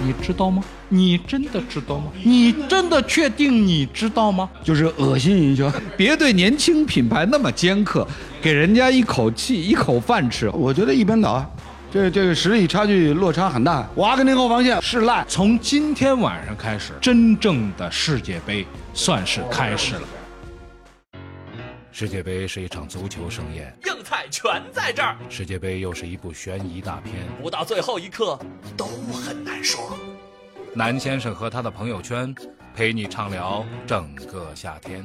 你知道吗？你真的知道吗？你真的确定你知道吗？就是恶心一下。别对年轻品牌那么尖刻，给人家一口气一口饭吃。我觉得一边倒啊，这这个实力差距落差很大。阿根廷后防线是烂，从今天晚上开始，真正的世界杯算是开始了。世界杯是一场足球盛宴，硬菜全在这儿，世界杯又是一部悬疑大片。不到最后一刻都很难说。南先生和他的朋友圈，陪你畅聊整个夏天。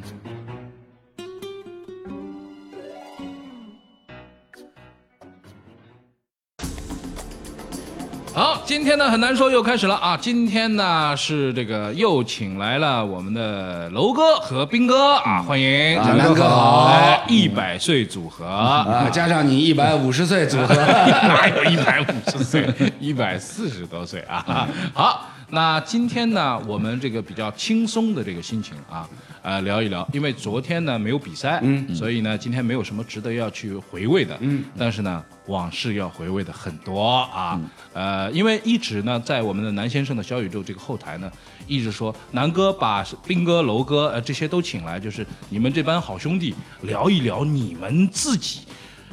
好，今天呢很难说又开始了啊！今天呢是这个又请来了我们的楼哥和斌哥啊，欢迎啊南哥好哎，一百岁组合，啊，加上你一百五十岁组 合，哪有一百五十岁，一百四十多岁啊？好，那今天呢，我们这个比较轻松的这个心情啊，呃，聊一聊，因为昨天呢没有比赛，嗯，所以呢今天没有什么值得要去回味的，嗯，但是呢往事要回味的很多啊，呃，因为一直呢在我们的南先生的小宇宙这个后台呢。一直说南哥把斌哥、楼哥呃这些都请来，就是你们这班好兄弟聊一聊你们自己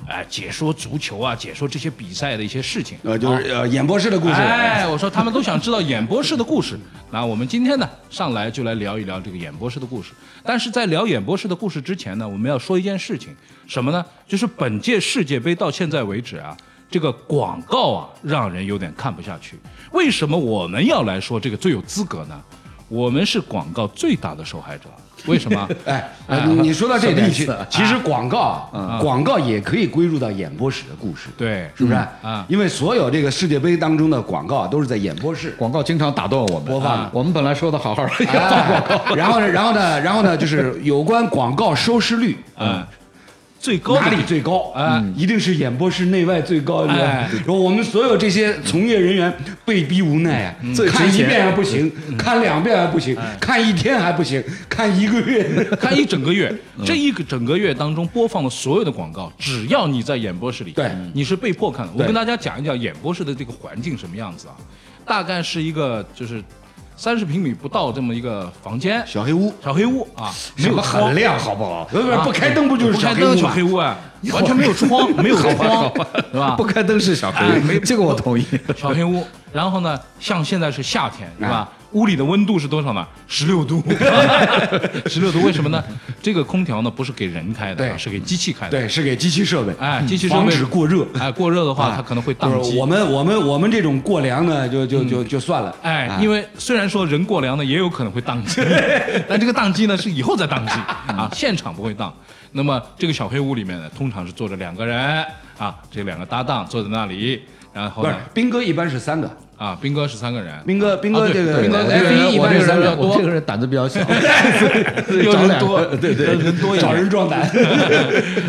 哎，解说足球啊，解说这些比赛的一些事情。呃，就是呃演播室的故事。哎，我说他们都想知道演播室的故事。 那我们今天呢，上来就来聊一聊这个演播室的故事。但是在聊演播室的故事之前呢，我们要说一件事情，什么呢？就是本届世界杯到现在为止啊，这个广告啊，让人有点看不下去。为什么我们要来说这个最有资格呢？我们是广告最大的受害者。为什 么？哎，呃你你说到这一点，其其实广告啊，广告也可以归入到演播室的故事，对是不是？啊因为所有这个世界杯当中的广告啊都是在演播 室 广告经常打断我们，啊播放的我们本来说的好好的， 要放广告。哎然后呢，然后呢，然后呢，就是有关广告收视率，嗯，最高的哪里最高？啊哎一定是演播室内外最高。对不对哎然后我们所有这些从业人员被逼无奈啊，最看值一钱遍还不行，看两遍还不行，看一天还不行，看一个月。看一整个月，嗯这一个整个月当中播放的所有的广告，只要你在演播室里，对你是被迫看的。我对跟大家讲一讲演播室的这个环境什么样子啊，大概是一个就是三十平米不到这么一个房间，小黑屋，小黑屋啊，没有什么窗很亮，好不好？不啊不开灯不就是不小开黑屋灯小吗黑？屋啊，完全没有窗，没有窗，是吧？不开灯是小 哎黑，哎 这个我同意。小黑屋，然后呢，像现在是夏天，哎是吧？屋里的温度是多少呢？十六 度，十六度，为什么呢？这个空调呢不是给人开的啊，对是给机器开的。对，是给机器设备，哎，机器设备防止过热。哎，过热的话啊它可能会宕就是机我。们我们我们这种过凉呢，就就就就算了。哎，因为虽然说人过凉呢，也有可能会宕 机，但这个宕机呢是以后再宕机啊，现场不会宕。那么这个小黑屋里面呢，通常是坐着两个人啊，这两个搭档坐在那里，然后不是呢，斌哥一般是三个，啊，斌哥是三个人，斌哥斌啊哥 对这个斌哥我对这个 F1 人，一我般这个人比较人，多我这个人胆子比较小， 有找人两多个，对对，人多找人壮胆。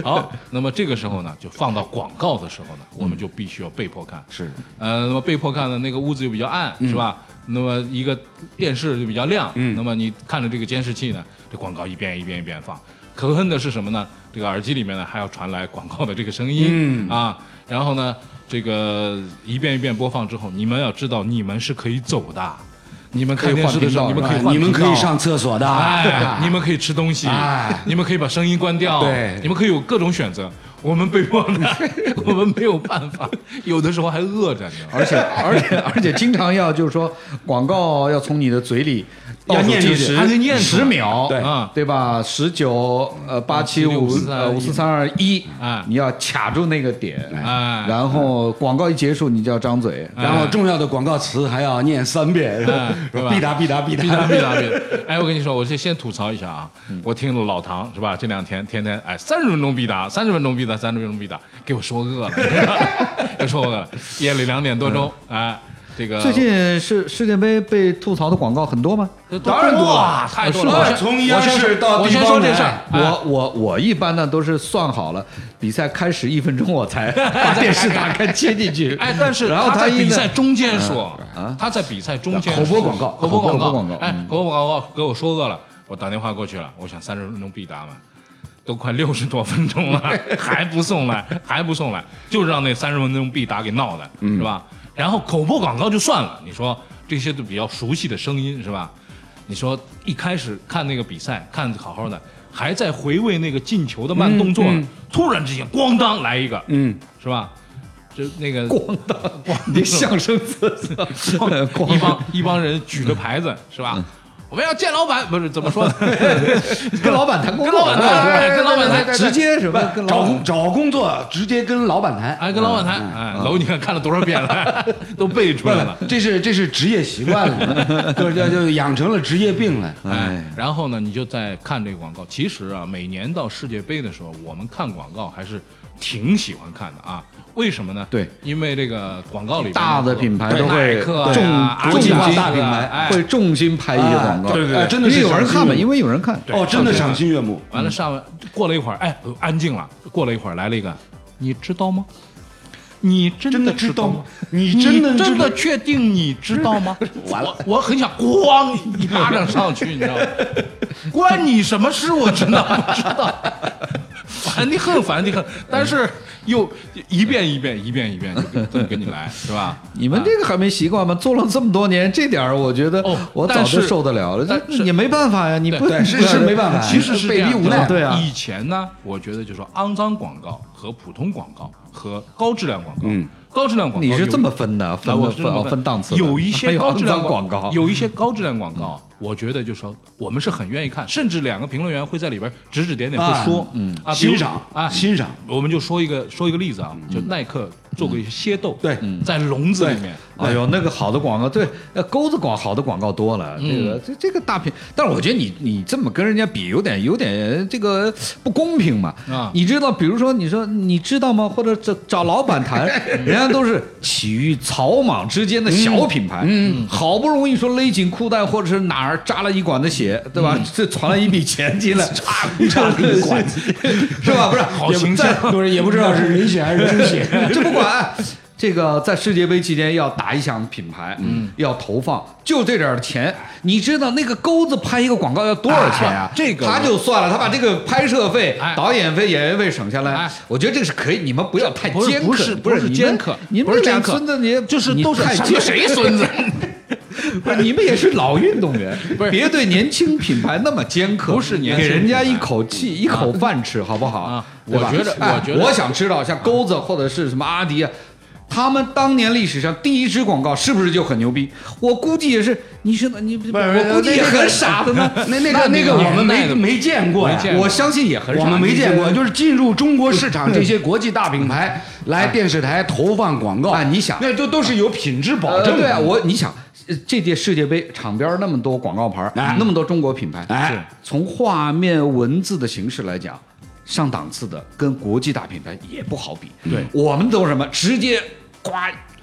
好，那么这个时候呢，就放到广告的时候呢，我们就必须要被迫看。 是，呃，那么被迫看呢，那个屋子又比较暗，嗯是吧？那么一个电视就比较亮，嗯，那么你看着这个监视器呢，这广告一遍一遍一遍放。可恨的是什么呢？这个耳机里面呢还要传来广告的这个声音，嗯啊，然后呢，这个一遍一遍播放之后，你们要知道，你们是可以走的。 你们看电视的时候，你们可以换啊你们可以频道上厕所的，哎，你们可以吃东西啊哎，你们可以把声音关掉，对你们可以有各种选择。我们被迫的，我们没有办法，有的时候还饿着，你 知道吗？而且而且而且经常要就是说广告要从你的嘴里要倒数念计出去时，还得念出十来秒，对啊对吧？十九呃八七五五四三二呃一五四三二一哎你要卡住那个点，哎然后广告一结束你就要张嘴，啊然后重要的广告词还要念三遍，是吧哎对吧必答必答必必答答必答必答！哎，我跟你说，我先先吐槽一下啊，我听了老唐是吧？这两天天天哎，三十分钟必答，三十分钟必答，三十分钟必答，给我说饿了， 给说饿了。夜里两点多钟，哎，这个最近世世界杯被吐槽的广告很多吗？当然多了哇太呃多是吧了。从我央先视到我地先方说这台事儿，哎我我我一般呢都是算好了，比赛开始一分钟我 才把电视打开切进去。哎，但是然后他在一呢比赛中间说，他在比赛中间说口播广告口播广告，口播广告哎，口播广告给我说饿了，我打电话过去了，我想三十分钟必答嘛，都快六十多分钟了，还不送来，还不送来，就让那三十分钟必答给闹的，是吧？然后口播广告就算了，你说这些都比较熟悉的声音，是吧？你说一开始看那个比赛，看好好的，还在回味那个进球的慢动作，突然之间咣当来一个，嗯，是吧？这那个咣当，你这相声词，一咣帮 一帮人举着牌嗯子，是吧？我们要见老板，不是怎么说呢？跟老板谈工跟作老板谈，对跟老板谈，直接什么跟找老工板找工作直接跟老板谈，哎，跟老板谈，嗯哎，楼你看看了多少遍 了， 都背出不是来了。这是这是职业习惯了，就就就养成了职业病了。嗯哎，然后呢，你就在看这个广告。其实啊，每年到世界杯的时候，我们看广告还是挺喜欢看的啊。为什么呢？对，因为这个广告里边大的品牌都耐会克啊重阿迪重啊金大品牌哎会重金拍一些广告，哎对对对哎真的因是为有人看赏嘛，心悦目因为有人看，哦，真的赏心悦目。完了上完过了一会儿，哎，呃安静了。过了一会儿来了一个，你知道吗？你真真的知知道吗吗？？你你真的真的的确定你知道吗？完了，我很想咣一巴掌上去，你知道吗？ 关你什么事？我知道，我知道，烦的很，烦的很。但是又一遍一遍一遍一遍就跟这么跟你来，是吧？你们这个还没习惯吗？做了这么多年，这点儿我觉得哎哦我早但就是受得了了。但这是也没办法呀，你不对是是没办法其实是这被样逼无奈。对啊，以前呢，我觉得就说肮脏广告和普通广告和高质量广告，嗯高质量广告你是有这么分的，啊，分我的是分哦分档次的，有一 些高质肮量脏广告，有一些高质量广告，我觉得就说我们是很愿意看，甚至两个评论员会在里边指指点点，啊会说，嗯啊，比如欣赏啊，欣赏。我们就说一个说一个例子啊，就耐克做过一些械斗，嗯对在笼子里面，哎呦，那个好的广告，对，呃，钩子广好的广告多了，这个、这这个大屏，但是我觉得你你这么跟人家比，有点有点这个不公平嘛。啊你知道，比如说你说你知道吗？或者找找老板 谈，人家都是起于草莽之间的小品牌，嗯，好不容易说勒紧裤带，或者是哪儿扎了一管子血，对吧？这传了一笔钱进来，嗯 扎扎了一管子，是吧？不是，好形象也不在不是也不知道是人血还是猪血。 这不管。这个在世界杯期间要打一项品牌，嗯，要投放，就这点儿钱，你知道那个钩子拍一个广告要多少钱啊？啊这个他就算了，他把这个拍摄费、哎导演费、演员费省下来哎，我觉得这个是可以，你们不要太不是尖刻，不是不不是尖刻你不们是这俩尖刻孙子，你就是你都是太什尖么，谁孙子？不 是你们也是老运动 员，别对年轻品牌那么尖刻，不是年轻给人家品一牌口气、一口饭吃，好不好？啊对吧我觉得哎我觉得我想知道，像钩子或者是什么阿迪啊。他们当年历史上第一支广告是不是就很牛逼？我估计也是，你是你我估计也很傻的呢。 那那个那那个个我年们代没的没见过呀，没见过我相信也很傻。我们没见过，你就是进入中国市嗯场这些国际大品牌来电视台投放广告啊你想那都都是有品质保呃证的。嗯对啊，我你想，呃这届世界杯场边那么多广告牌儿，哎那么多中国品牌，哎是从画面文字的形式来讲，上档次的跟国际大品牌也不好比。对我们都是什么直接呱。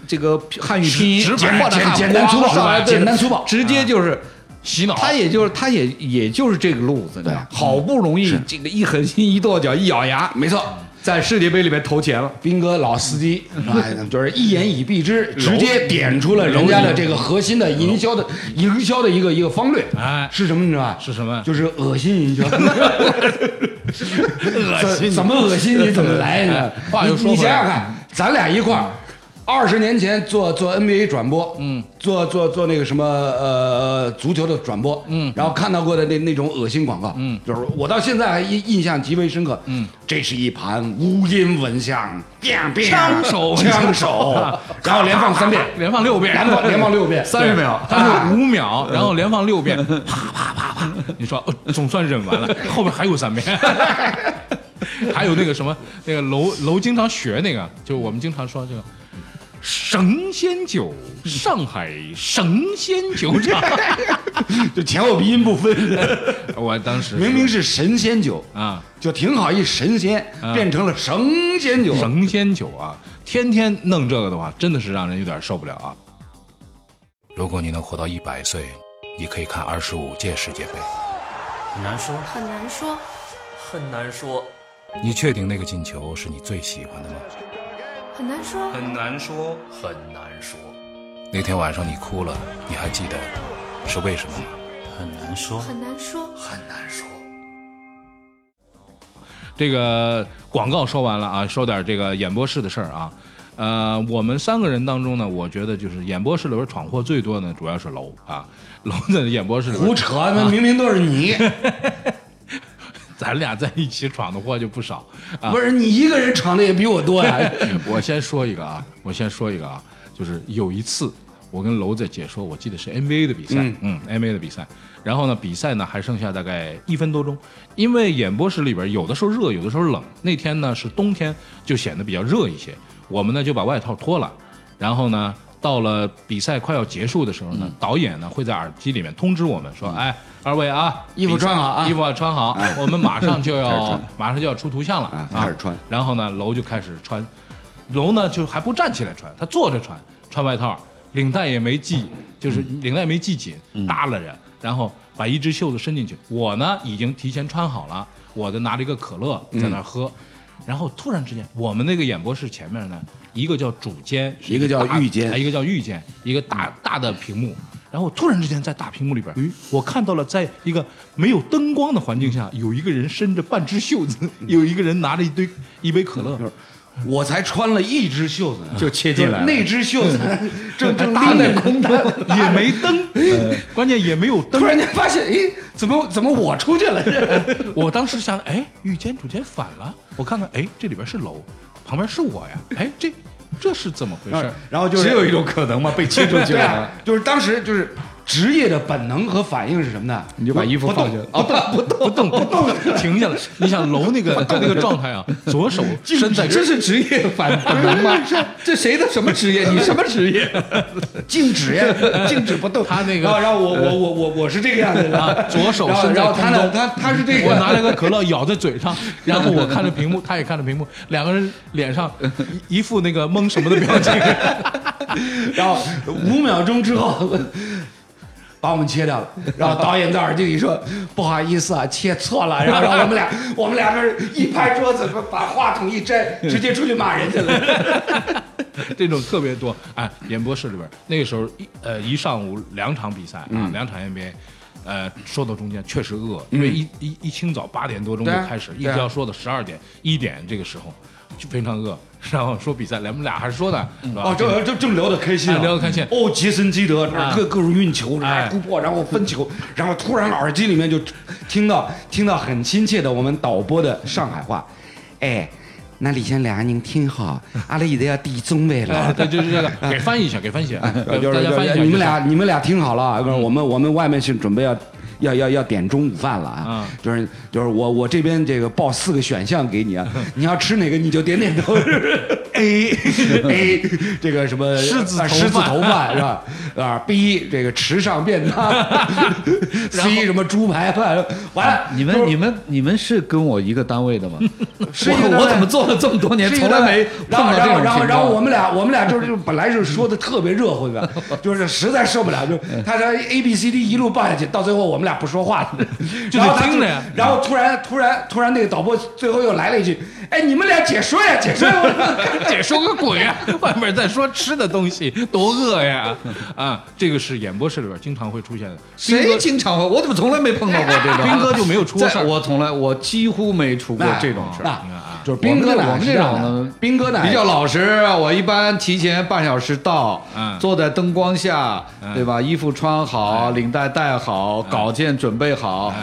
这个汉语拼音直简白化的简汉简单呱粗暴上来对简单粗暴嗯直接就是洗脑，他也就是他也也就是这个路子，你知道吗好不容易这个一狠心一跺脚一咬牙，啊没错，在世界杯里面投钱了。嗯斌哥老司机是吧？就是一言以蔽之，直接点出了人家的这个核心的营销的营销的一个一个方略。哎是什么？你知道吧？是什么就是恶心营销。恶怎怎么恶心你怎么来呢？话又说你你回想来想看，咱俩一块儿，二十年前做做 NBA 转播，嗯，做做做那个什么呃足球的转播，嗯，然后看到过的那那种恶心广告，嗯，就是我到现在还印印象极为深刻，嗯，这是一盘无音蚊香，变变枪手枪手，然后连放三遍，连放六遍，连放连放六遍，三十秒，它是五秒，然后连放六遍，啪啪啪啪，你说、呃总算忍 完了，后面还有三遍， 还有那个什么，那个楼楼经常学那个，就我们经常说这个。神仙酒，上海神仙酒厂。哎就前后鼻音不 分， 我当时明明是神仙酒，啊，就挺好一神仙，啊变成了神仙酒，神仙酒啊，天天弄这个的话，真的是让人有点受不了啊。如果你能活到一百岁，你可以看二十五届世界杯。很难说，很难说。很难说，你确定那个进球是你最喜欢的吗？很难说，很难说，很难说，那天晚上你哭了，你还记得是为什么吗？很难说，很难说，很难说。这个广告说完了啊，说点这个演播室的事儿啊。呃，我们三个人当中呢，我觉得就是演播室里边闯祸最多的主要是楼啊，楼在演播室里边胡，扯，那明明都是你，咱俩在一起闯的祸就不少啊。不是你一个人闯的也比我多 呀。 我先说一个啊，我先说一个啊，就是有一次我跟楼在解说，我记得是 NBA 的比赛，嗯 n b a 的比赛。然后呢，比赛呢还剩下大概一分多钟，因为演播室里边有的时候热，有的时候冷。那天呢是冬天，就显得比较热一些。我们呢就把外套脱了，然后呢到了比赛快要结束的时候呢，嗯导演呢会在耳机里面通知我们说：“哎，二位啊，衣服比赛穿好啊衣服要穿好，我们马上就开始要穿马上就要出图像了啊开始穿然后呢，楼就开始穿，楼呢就还不站起来穿，他坐着穿，穿外套，领带也没系，就是嗯领带没系紧，耷拉着，然后把一只袖子伸进去。我呢已经提前穿好了，我的拿了一个可乐在那嗯儿喝，然后突然之间，我们那个演播室前面呢，一个叫主间，是一个叫大御间嗯哎一个叫御间，一个大大的屏幕。然后突然之间，在大屏幕里边，我看到了，在一个没有灯光的环境下，有一个人伸着半只袖嗯子，有一个人拿着一堆一杯可乐，我才穿了一只袖子呢，就切进来了那只袖 子正正搭搭在在空空 中，也没灯，嗯关键也没有灯突。然间发现，诶，怎么怎么我出去 了？我当时想，哎，御间主间反了，我看看，哎，这里边是楼，旁边是我呀，哎，这这是怎么回事？啊然后就是只有一种可能嘛，被切出去对 啊了。，就是当时就是职业的本能和反应是什么呢？你就把衣服哦不动放下不动不动不动不动，停下来。你想楼那个那个状态啊，左手伸在这是职业反本能 吗？这谁的什么职业？你什么职业？静止呀，静止 不动。他那个然后然后我我我我我是这个样子啊的，左手然后伸在然后他空呢，中他他是这个，我拿了个可乐咬在嘴上，然后我看着屏幕，他也看着屏幕，两个人脸上一一副那个懵什么的表情。 然后五秒钟之后。把我们切掉了，然后导演在耳机里说：“不好意思啊，切错了。”然后然后我们俩， 我们俩这一拍桌子，把话筒一摘，嗯直接出去骂人去了。这种特别多。哎，演播室里边儿那个时候一呃一上午两场比赛啊，嗯两场 NBA。呃，说到中间确实饿，因为一、一一清早八点多钟就嗯对啊开始，一对啊直要说到十二点一点这个时候就非常饿，然后说比赛，我们俩还说呢，是吧哦，这这正聊得开心啊，哎聊得开心哦，杰森基德啊各各种运球，然哎后突破，然后分球，然后突然耳机里面就听到听到很亲切的我们导播的上海话，哎。那李先良，您听好，阿拉现在要低中位了哎， 对，就是这个，给翻译一下，给翻译一 下，呃就是大家就翻译一下。是嗯你们俩你们俩听好了啊，不是我们我们外面是准备要。要要要点中午饭了嗯啊！就是就是我我这边这个报四个选项给你 啊，你要吃哪个你就点点头，A A 这个什么狮子头啊饭狮子头饭是 吧？啊 B 这个池上便当，C 什么猪排饭，完了你就们是你们你们是跟我一个单位的吗？ 是一个单位我我怎么做了这么多年，是一从个来没然碰后到然这后种情然后况？然后我们俩我们俩就是就是本来是说的特别热乎的， 就是实在受不了，就嗯他说 A B C D 一路报下去，到最后我们俩不说话 了，就然后他得听着呀然后突然突然突然那个导播最后又来了一句：“哎，你们俩解说呀，解说呀！” 我说解说个鬼啊！外面在说吃的东西，多饿呀！啊，这个是演播室里边经常会出现的。谁经常会？我怎么从来没碰到过这 种？斌哥就没有出过事儿在我从来我几乎没出过这种事儿。哎那啊就是斌哥呢，我们这种呢，斌哥呢比较老实。我一般提前半小时到，嗯哎坐在灯光下，对吧？衣服穿好，领带带嗯好，稿件准备好。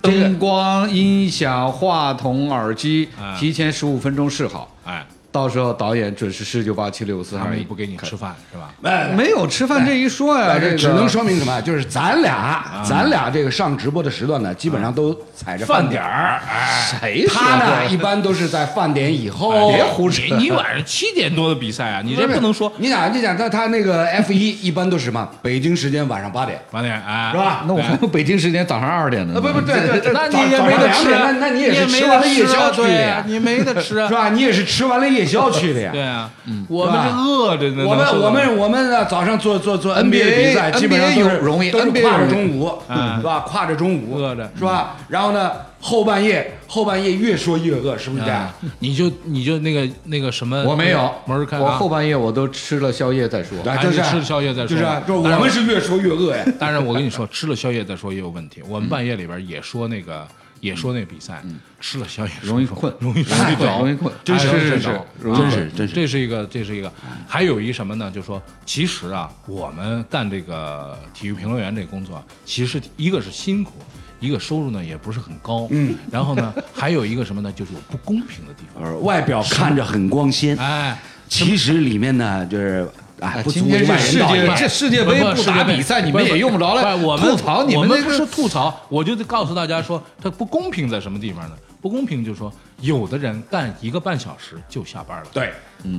灯光、音响、话筒、耳机嗯，提前十五分钟试好，哎，到时候导演准时四九八七六四他二们一也不给你吃饭是吧？哎没有吃饭这一说呀，但这是个呃啊只能说明什么？就是咱俩，咱俩这个上直播的时段呢，基本上都踩着饭点儿。哎谁说他呢，的？一般都是在饭点以哎后。别胡扯！哦你晚上七点多的比赛啊，你这不能说你想，你想他他那个 F 一一般都是什么？北京时间晚上八点，晚点哎，是？吧？ 那我还有 北京时间早上二点呢。啊，不不，对对对，那早你也没得吃啊早上两点，那那你也是没吃得完了夜宵去的对啊呀，你 没得吃是啊。吧？你也是吃完了夜宵去的呀。对啊， 我们是是吧饿着呢。我们能受得了我们我们呢，早上做做做 NBA NBA 比赛，基本上都是 NBA 容易都是 NBA 跨着容中午，是吧？跨着中午，啊饿着是吧？然后呢，后半夜后半夜越说越饿，是不是这样啊？，你就你就那个那个什么，我没有，门儿开啊我后半夜我都吃了宵夜再说。对哎就是你吃了宵夜再说就是啊就是 我们是越说越饿呀。但是我跟你说，吃了宵夜再说也有问题。我们半夜里边也说那个也说那比赛吃了宵夜容易睡不着嗯困，容哎易睡不着，容易困，真是哎真是是容易真困是真是，啊嗯这是一个这是一个，还有一什么呢？就说其实啊，我们干这个体育评论员这个工作啊，其实一个是辛苦。一个收入呢也不是很高，嗯，啊然后呢，还有一个什么呢，就是有不公平的地 方，而外表看着很光鲜，哎，其实里面呢就是哎哎不今足天以是外世人道。界这世界杯不打比赛，你们也用不着来不我吐槽你我们们那不是个。吐槽，我就得告诉大家说，它不公平在什么地方呢？不公平就是说，有的人干一个半小时就下班了，对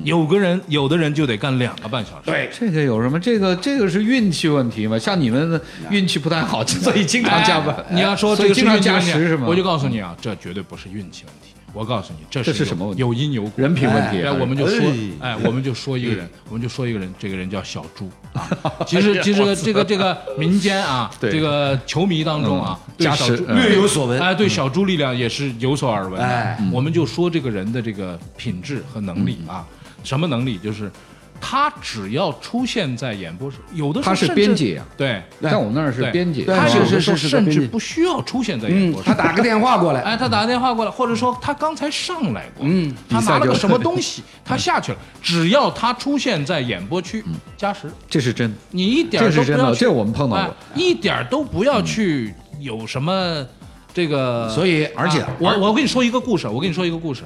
有个人有的人就得干两个半小时，对，这个有什么？这个这个是运气问题嘛？像你们运气不太好，所以经常加班。哎你要说所这个以经常是运气加问题时是吗？我就告诉你啊，这绝对不是运气问题。我告诉你，这这是有什么问题有因有果，人品问题嗯哎我们就说，哎哎，我们就说一个人，我们就说一个人，这个人叫小 猪啊。其实，哎其实这个这个民间啊， 对这个球迷当中啊，对加小持猪嗯略有所闻哎，对小猪力量也是有所耳闻的。哎我们就说这个人的这个品质和能力嗯啊，什么能力？就是他只要出现在演播室，有的时候他是甚至编辑啊，对。哎在我们那儿是对编辑，啊对他是有是的时候是是甚编至辑不需要出现在演嗯播，室他。打个电话过来，哎，他打个电话过来，或者说他刚才上来过，嗯，他比赛拿了个 就什么东西，他下去了。只要他出现在演播区，加时，这是真的。你一点嗯这儿是都不真的要去，这我们碰到哎过，嗯一点儿都不要去有什么这个。所以而且啊我我跟你说一个故事，我跟你说一个故事，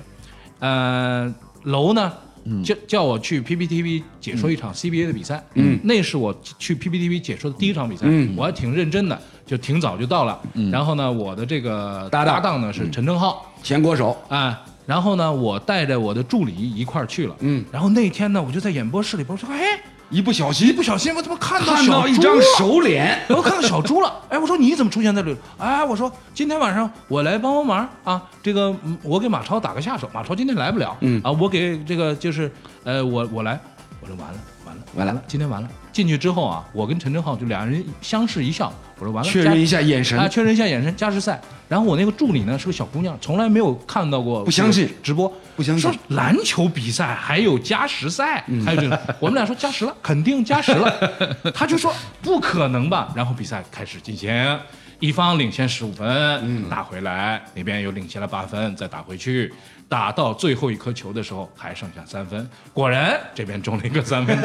呃，楼呢。嗯叫叫我去 PPTV 解说一场 CBA 的比赛，嗯，那是我去 PPTV 解说的第一场比赛，嗯，我还挺认真的，就挺早就到了，嗯，然后呢，我的这个搭档嗯呢是陈正浩，前国手啊，然后呢，我带着我的助理一块儿去了。嗯，然后那天呢，我就在演播室里边，我说，哎，一不小心不小心我他妈看到看小到一猪啊张了，熟脸， 我看到小猪了。哎，我说你怎么出现在这里？哎，我说今天晚上我来帮帮忙啊，这个嗯我给马超打个下手，马超今天来不了，嗯啊，我给这个就是呃，我我来，我说完了完了完了，今天完了。进去之后啊，我跟陈正浩就俩人相视一笑，我说完了，确加认一下眼神啊，，确认一下眼神，加时赛。然后我那个助理呢是个小姑娘，从来没有看到过，不相信直播，不相信说篮球比赛还有加时赛，还有这种，我们俩说加时了，肯定加时了， 他就说不可能吧。然后比赛开始进行，一方领先十五分，打回来，那边又领先了八分，再打回去。打到最后一颗球的时候，还剩下三分，果然这边中了一个三分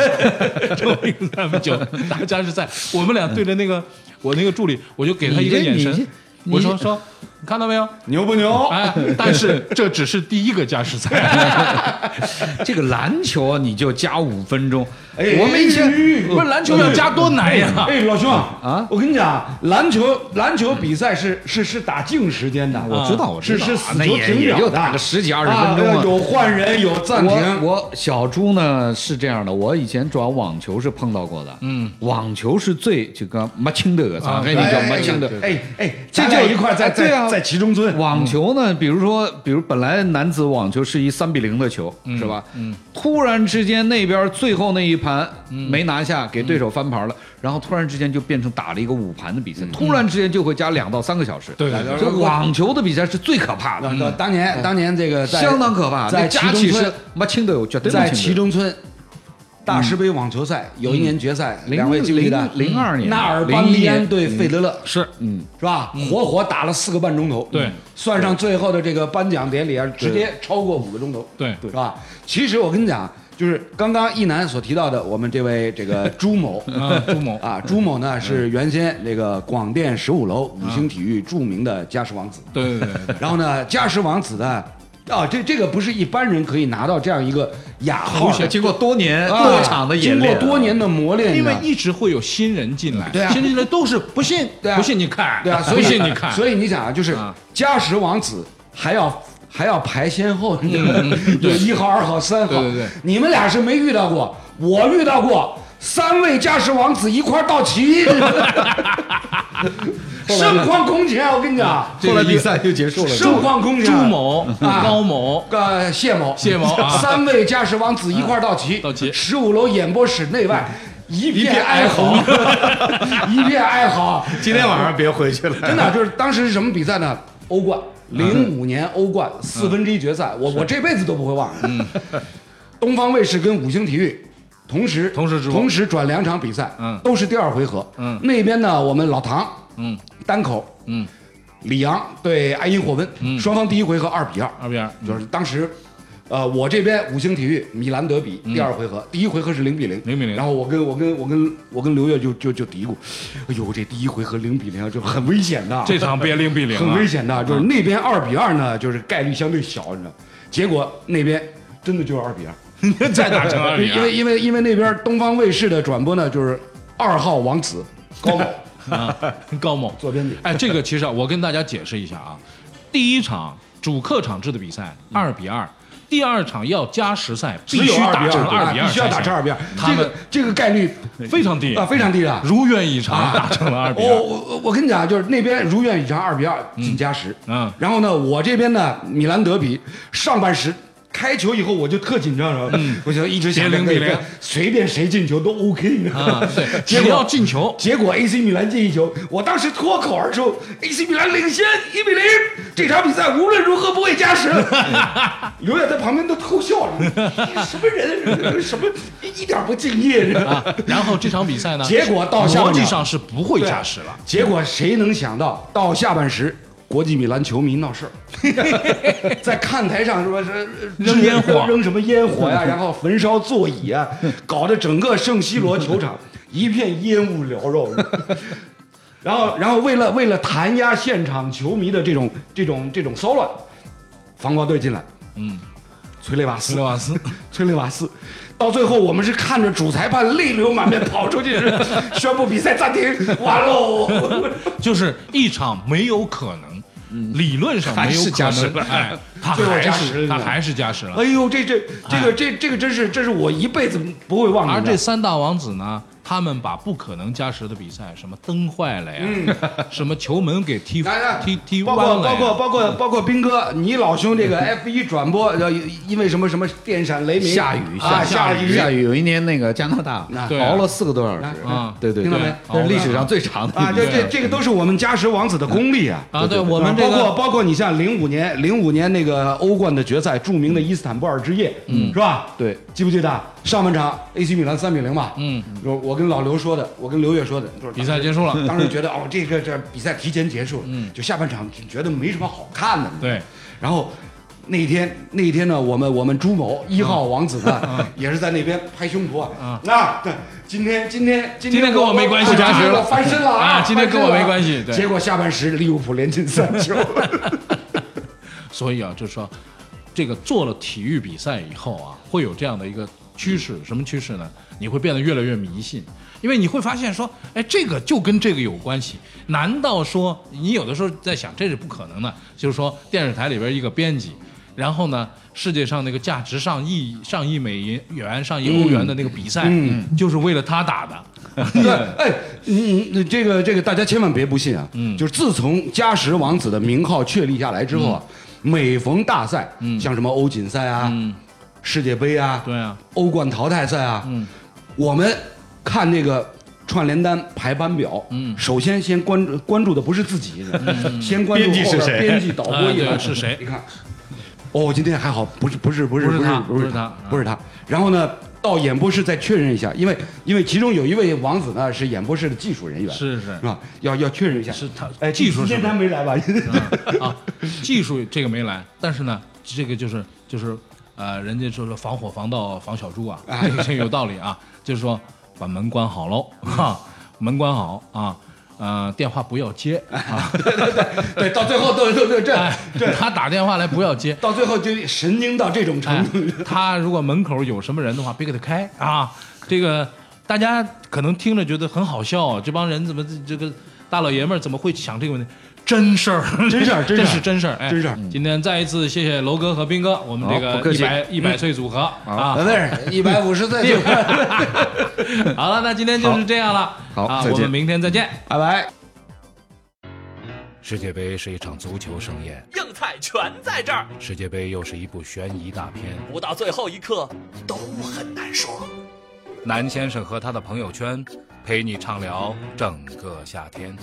球，中了一个三分球，打加时赛，我们俩对着那个我那个助理，我就给他一个你这眼你神这，我你说说，你看到没有？牛不牛？哎，但是这只是第一个加时赛，这个篮球啊你就加五分钟，哎我们以前哎不是篮球要加多难呀？哎，老兄啊啊，我跟你讲，篮球篮球比赛是是是打净时间的，嗯我知道，我知是道，啊是死那球也停也就秒的打个十几二十分钟啊啊。有换人，有暂我停，我小猪呢是这样的，我以前转网球是碰到过的，嗯，网球是最这个没清的个，上海人叫没清的。哎哎，这咱俩就一块儿在哎对在啊在其中村， 网球呢，比如说，比如本来男子网球是一三比零的球，是吧？嗯，突然之间那边最后那一盘嗯没拿下，给对手翻盘了，然后突然之间就变成打了一个五盘的比赛，突然之间就会加两到三个小时。对嗯对对这网球的比赛是最可怕的，那啊当年当年这个在 嗯相当可怕。在那加其起中村是没清的有，绝对没在清的其中村大师杯网球赛有一年决赛，嗯零两位记不记得零？零二年纳尔零班一利安年对费德勒是，嗯， 是吧？活活打了四个半钟头，嗯对，算上最后的这个颁奖典礼啊，直接超过五个钟头，对是吧？其实我跟你讲，就是刚刚一楠所提到的，我们这位这 个朱某嗯啊，朱某，啊，朱某呢是原先这个广电十五楼嗯五星体育著名的家石王子，对对对对，然后呢，家石王子呢，啊，这这个不是一般人可以拿到这样一个雅号的，经过多年啊多场的演练，经过多年的磨练呢，啊因为一直会有新人进来，对啊新人进来都是不信，对啊不信你看， 对啊，所 以不信你看，所以你想啊，就是啊加时王子还要还要排先后，嗯 有一号、二号、三号，对对对你们俩是没遇到过，我遇到过。三位加时王子一块儿 到齐，盛况空前。啊我跟你讲，嗯 后来比赛就结束了。盛况空前。朱某、 啊高某，呃，谢某，谢某啊嗯三位驾驶王子一块儿到齐，到齐十五楼演播室内外。一片哀嚎， 一片哀嚎。今天晚上别回去了。 真的，啊就是当时是什么比赛呢？欧冠，嗯零五年欧冠四分之一决赛，我我这辈子都不会忘。嗯， 东方卫视跟五星体育同时同时直播同时转两场比赛，嗯都是第二回合。嗯那边呢，我们老唐，嗯，单口，嗯，里昂对埃因霍温，双方第一回合二比二， 二比二嗯就是当时。呃，我这边五星体育米兰德比第二回合，第一回合是零比零，嗯0比0然后我跟我跟我跟我跟刘越就就就嘀咕，哎呦，这第一回合零比零就很危险的，这啊嗯场别零比零很危了，险的，就是那边二比二呢，就是概率相对小，你知道吗。结果那边真的就是二比二，再打成二比因为二，因为因为那边东方卫视的转播呢，就是二号王 子高某高某做编辑，哎，这个其实啊，我跟大家解释一下啊，第一场主客场制的比赛二比二，第二场要加时赛，必嗯只有须二打比成二，二比二，必须要打成二比二，他这们个这个概率非常低啊非常低的。如愿以啊偿，打成了二比我二。哦我我跟你讲，啊就是那边如愿以偿二比二进加时，嗯然后呢，我这边呢米兰德比上半时。开球以后我就特紧张，然后我就一直想着嗯别零比零随便谁进球都 OK，你知道吗 啊，？对，结只果要进球，结果 AC 米兰进一球，我当时脱口而出：“AC 米兰领先一比零，这场比赛无论如何不会加 时。”刘烨在旁边都偷笑了，什么人，啊什么一点不敬业这啊，然后这场比赛呢， 结果到下半逻场辑上是不会对加时了。结果谁能想到，到下半时。国际米兰球迷闹事 儿，在看台上说是呃扔烟火嗯 扔什么烟火呀，然后焚烧座椅啊，搞得整个圣西罗球场一片烟雾缭 绕。然后，然后为了为了弹压现场球迷的这种这种这种骚乱，防暴队进来，嗯，催泪瓦斯，斯雷瓦斯，催泪瓦斯。到最后，我们是看着主裁判泪流满面跑出去，宣布比赛暂停，完喽。 就是一场没有可能，嗯理论上没有可还是能， 哎，他最后还加是时他了还是加时了 哎。呦，这这这个这这个真是，这是我一辈子不会忘的。而这三大王子呢，他们把不可能加时的比赛，什么灯坏了呀， 什么球门给踢嗯来来踢踢包弯括了包呀，括包括包括斌哥，你老兄这个 F 一转播，呃因为什么什么电闪雷鸣，下雨啊下雨下雨，有一年那个加拿大那对熬了四个多小时啊，对对听到对没，这是历史上最长的啊，一这年。这这个都是我们加时王子的功力啊。啊，对我们这包括个包括你像零五年零五年那个欧冠的决赛，著名的伊斯坦布尔之夜，嗯，是吧？对，记不记得啊上半场 AC 米兰三比零吧？嗯，我我跟老刘说的，我跟刘越说的，就是比赛结束了，当时觉得哦，这个这比赛提前结束，嗯，就下半场就觉得没什么好看的，。对，然后那天那一天呢，我们我们朱某一号王子啊呢，也是在那边拍胸脯啊，那对，今天今天今今天跟我没关系加加时了翻身了啊啊，今天跟我没关系翻身了对啊结果下半时利物浦连进三 球，所以啊，就是说，这个做了体育比赛以后啊，会有这样的一个趋势，什么趋势呢？你会变得越来越迷信，因为你会发现说，哎，这个就跟这个有关系。难道说你有的时候在想，这是不可能的？就是说，电视台里边一个编辑，然后呢，世界上那个价值上亿、上亿美元、上亿欧元的那个比赛，就是为了他打的。 对，哎，嗯，嗯这个这个大家千万别不信啊，嗯，就是自从加时王子的名号确立下来之后啊，每逢大赛，嗯，像什么欧锦赛啊，嗯，世界杯啊，对啊，欧冠淘汰赛啊，嗯，我们看这个串联单排班表，嗯，首先先关注关注的不是自己，嗯 先关注编辑是后边谁啊编辑导播哎一对栏是谁你看，哦，今天还好，不是不是不是不是不他不不是他啊不是他。然后呢，到演播室再确认一下，因为因为其中有一位王子呢是演播室的技术人员，是是是吧？要要确认一下。是他哎，技术今是天不是他 没来吧？啊，技术这个没来，但是呢，这个就是就是呃，人家说说防火防盗防小猪啊，这个这个有道理啊，就是说把门关好喽，哈、门关好啊，呃，电话不要接啊，哦对，到最后都都都这哎， 他打电话来不要接。到最后就神经到这种哎程度。，他如果门口有什么人的话，别给他开啊！这个大家可能听着觉得很好笑，啊这帮人怎么这这个大老爷们儿怎么会想这个问题？真事儿，真事儿真事这儿是真事儿，哎，真事儿今天再一次谢谢楼哥和斌哥，我们这嗯好个不客一气百一百岁组合 啊， 不是一百五十岁就好了，那今天就是这样了，好啊，再见我们明天再见。拜拜。世界杯是一场足球盛宴，硬菜全在这儿，世界杯又是一部悬疑大片。不到最后一刻都很难说。南先生和他的朋友圈陪你畅聊整个夏天。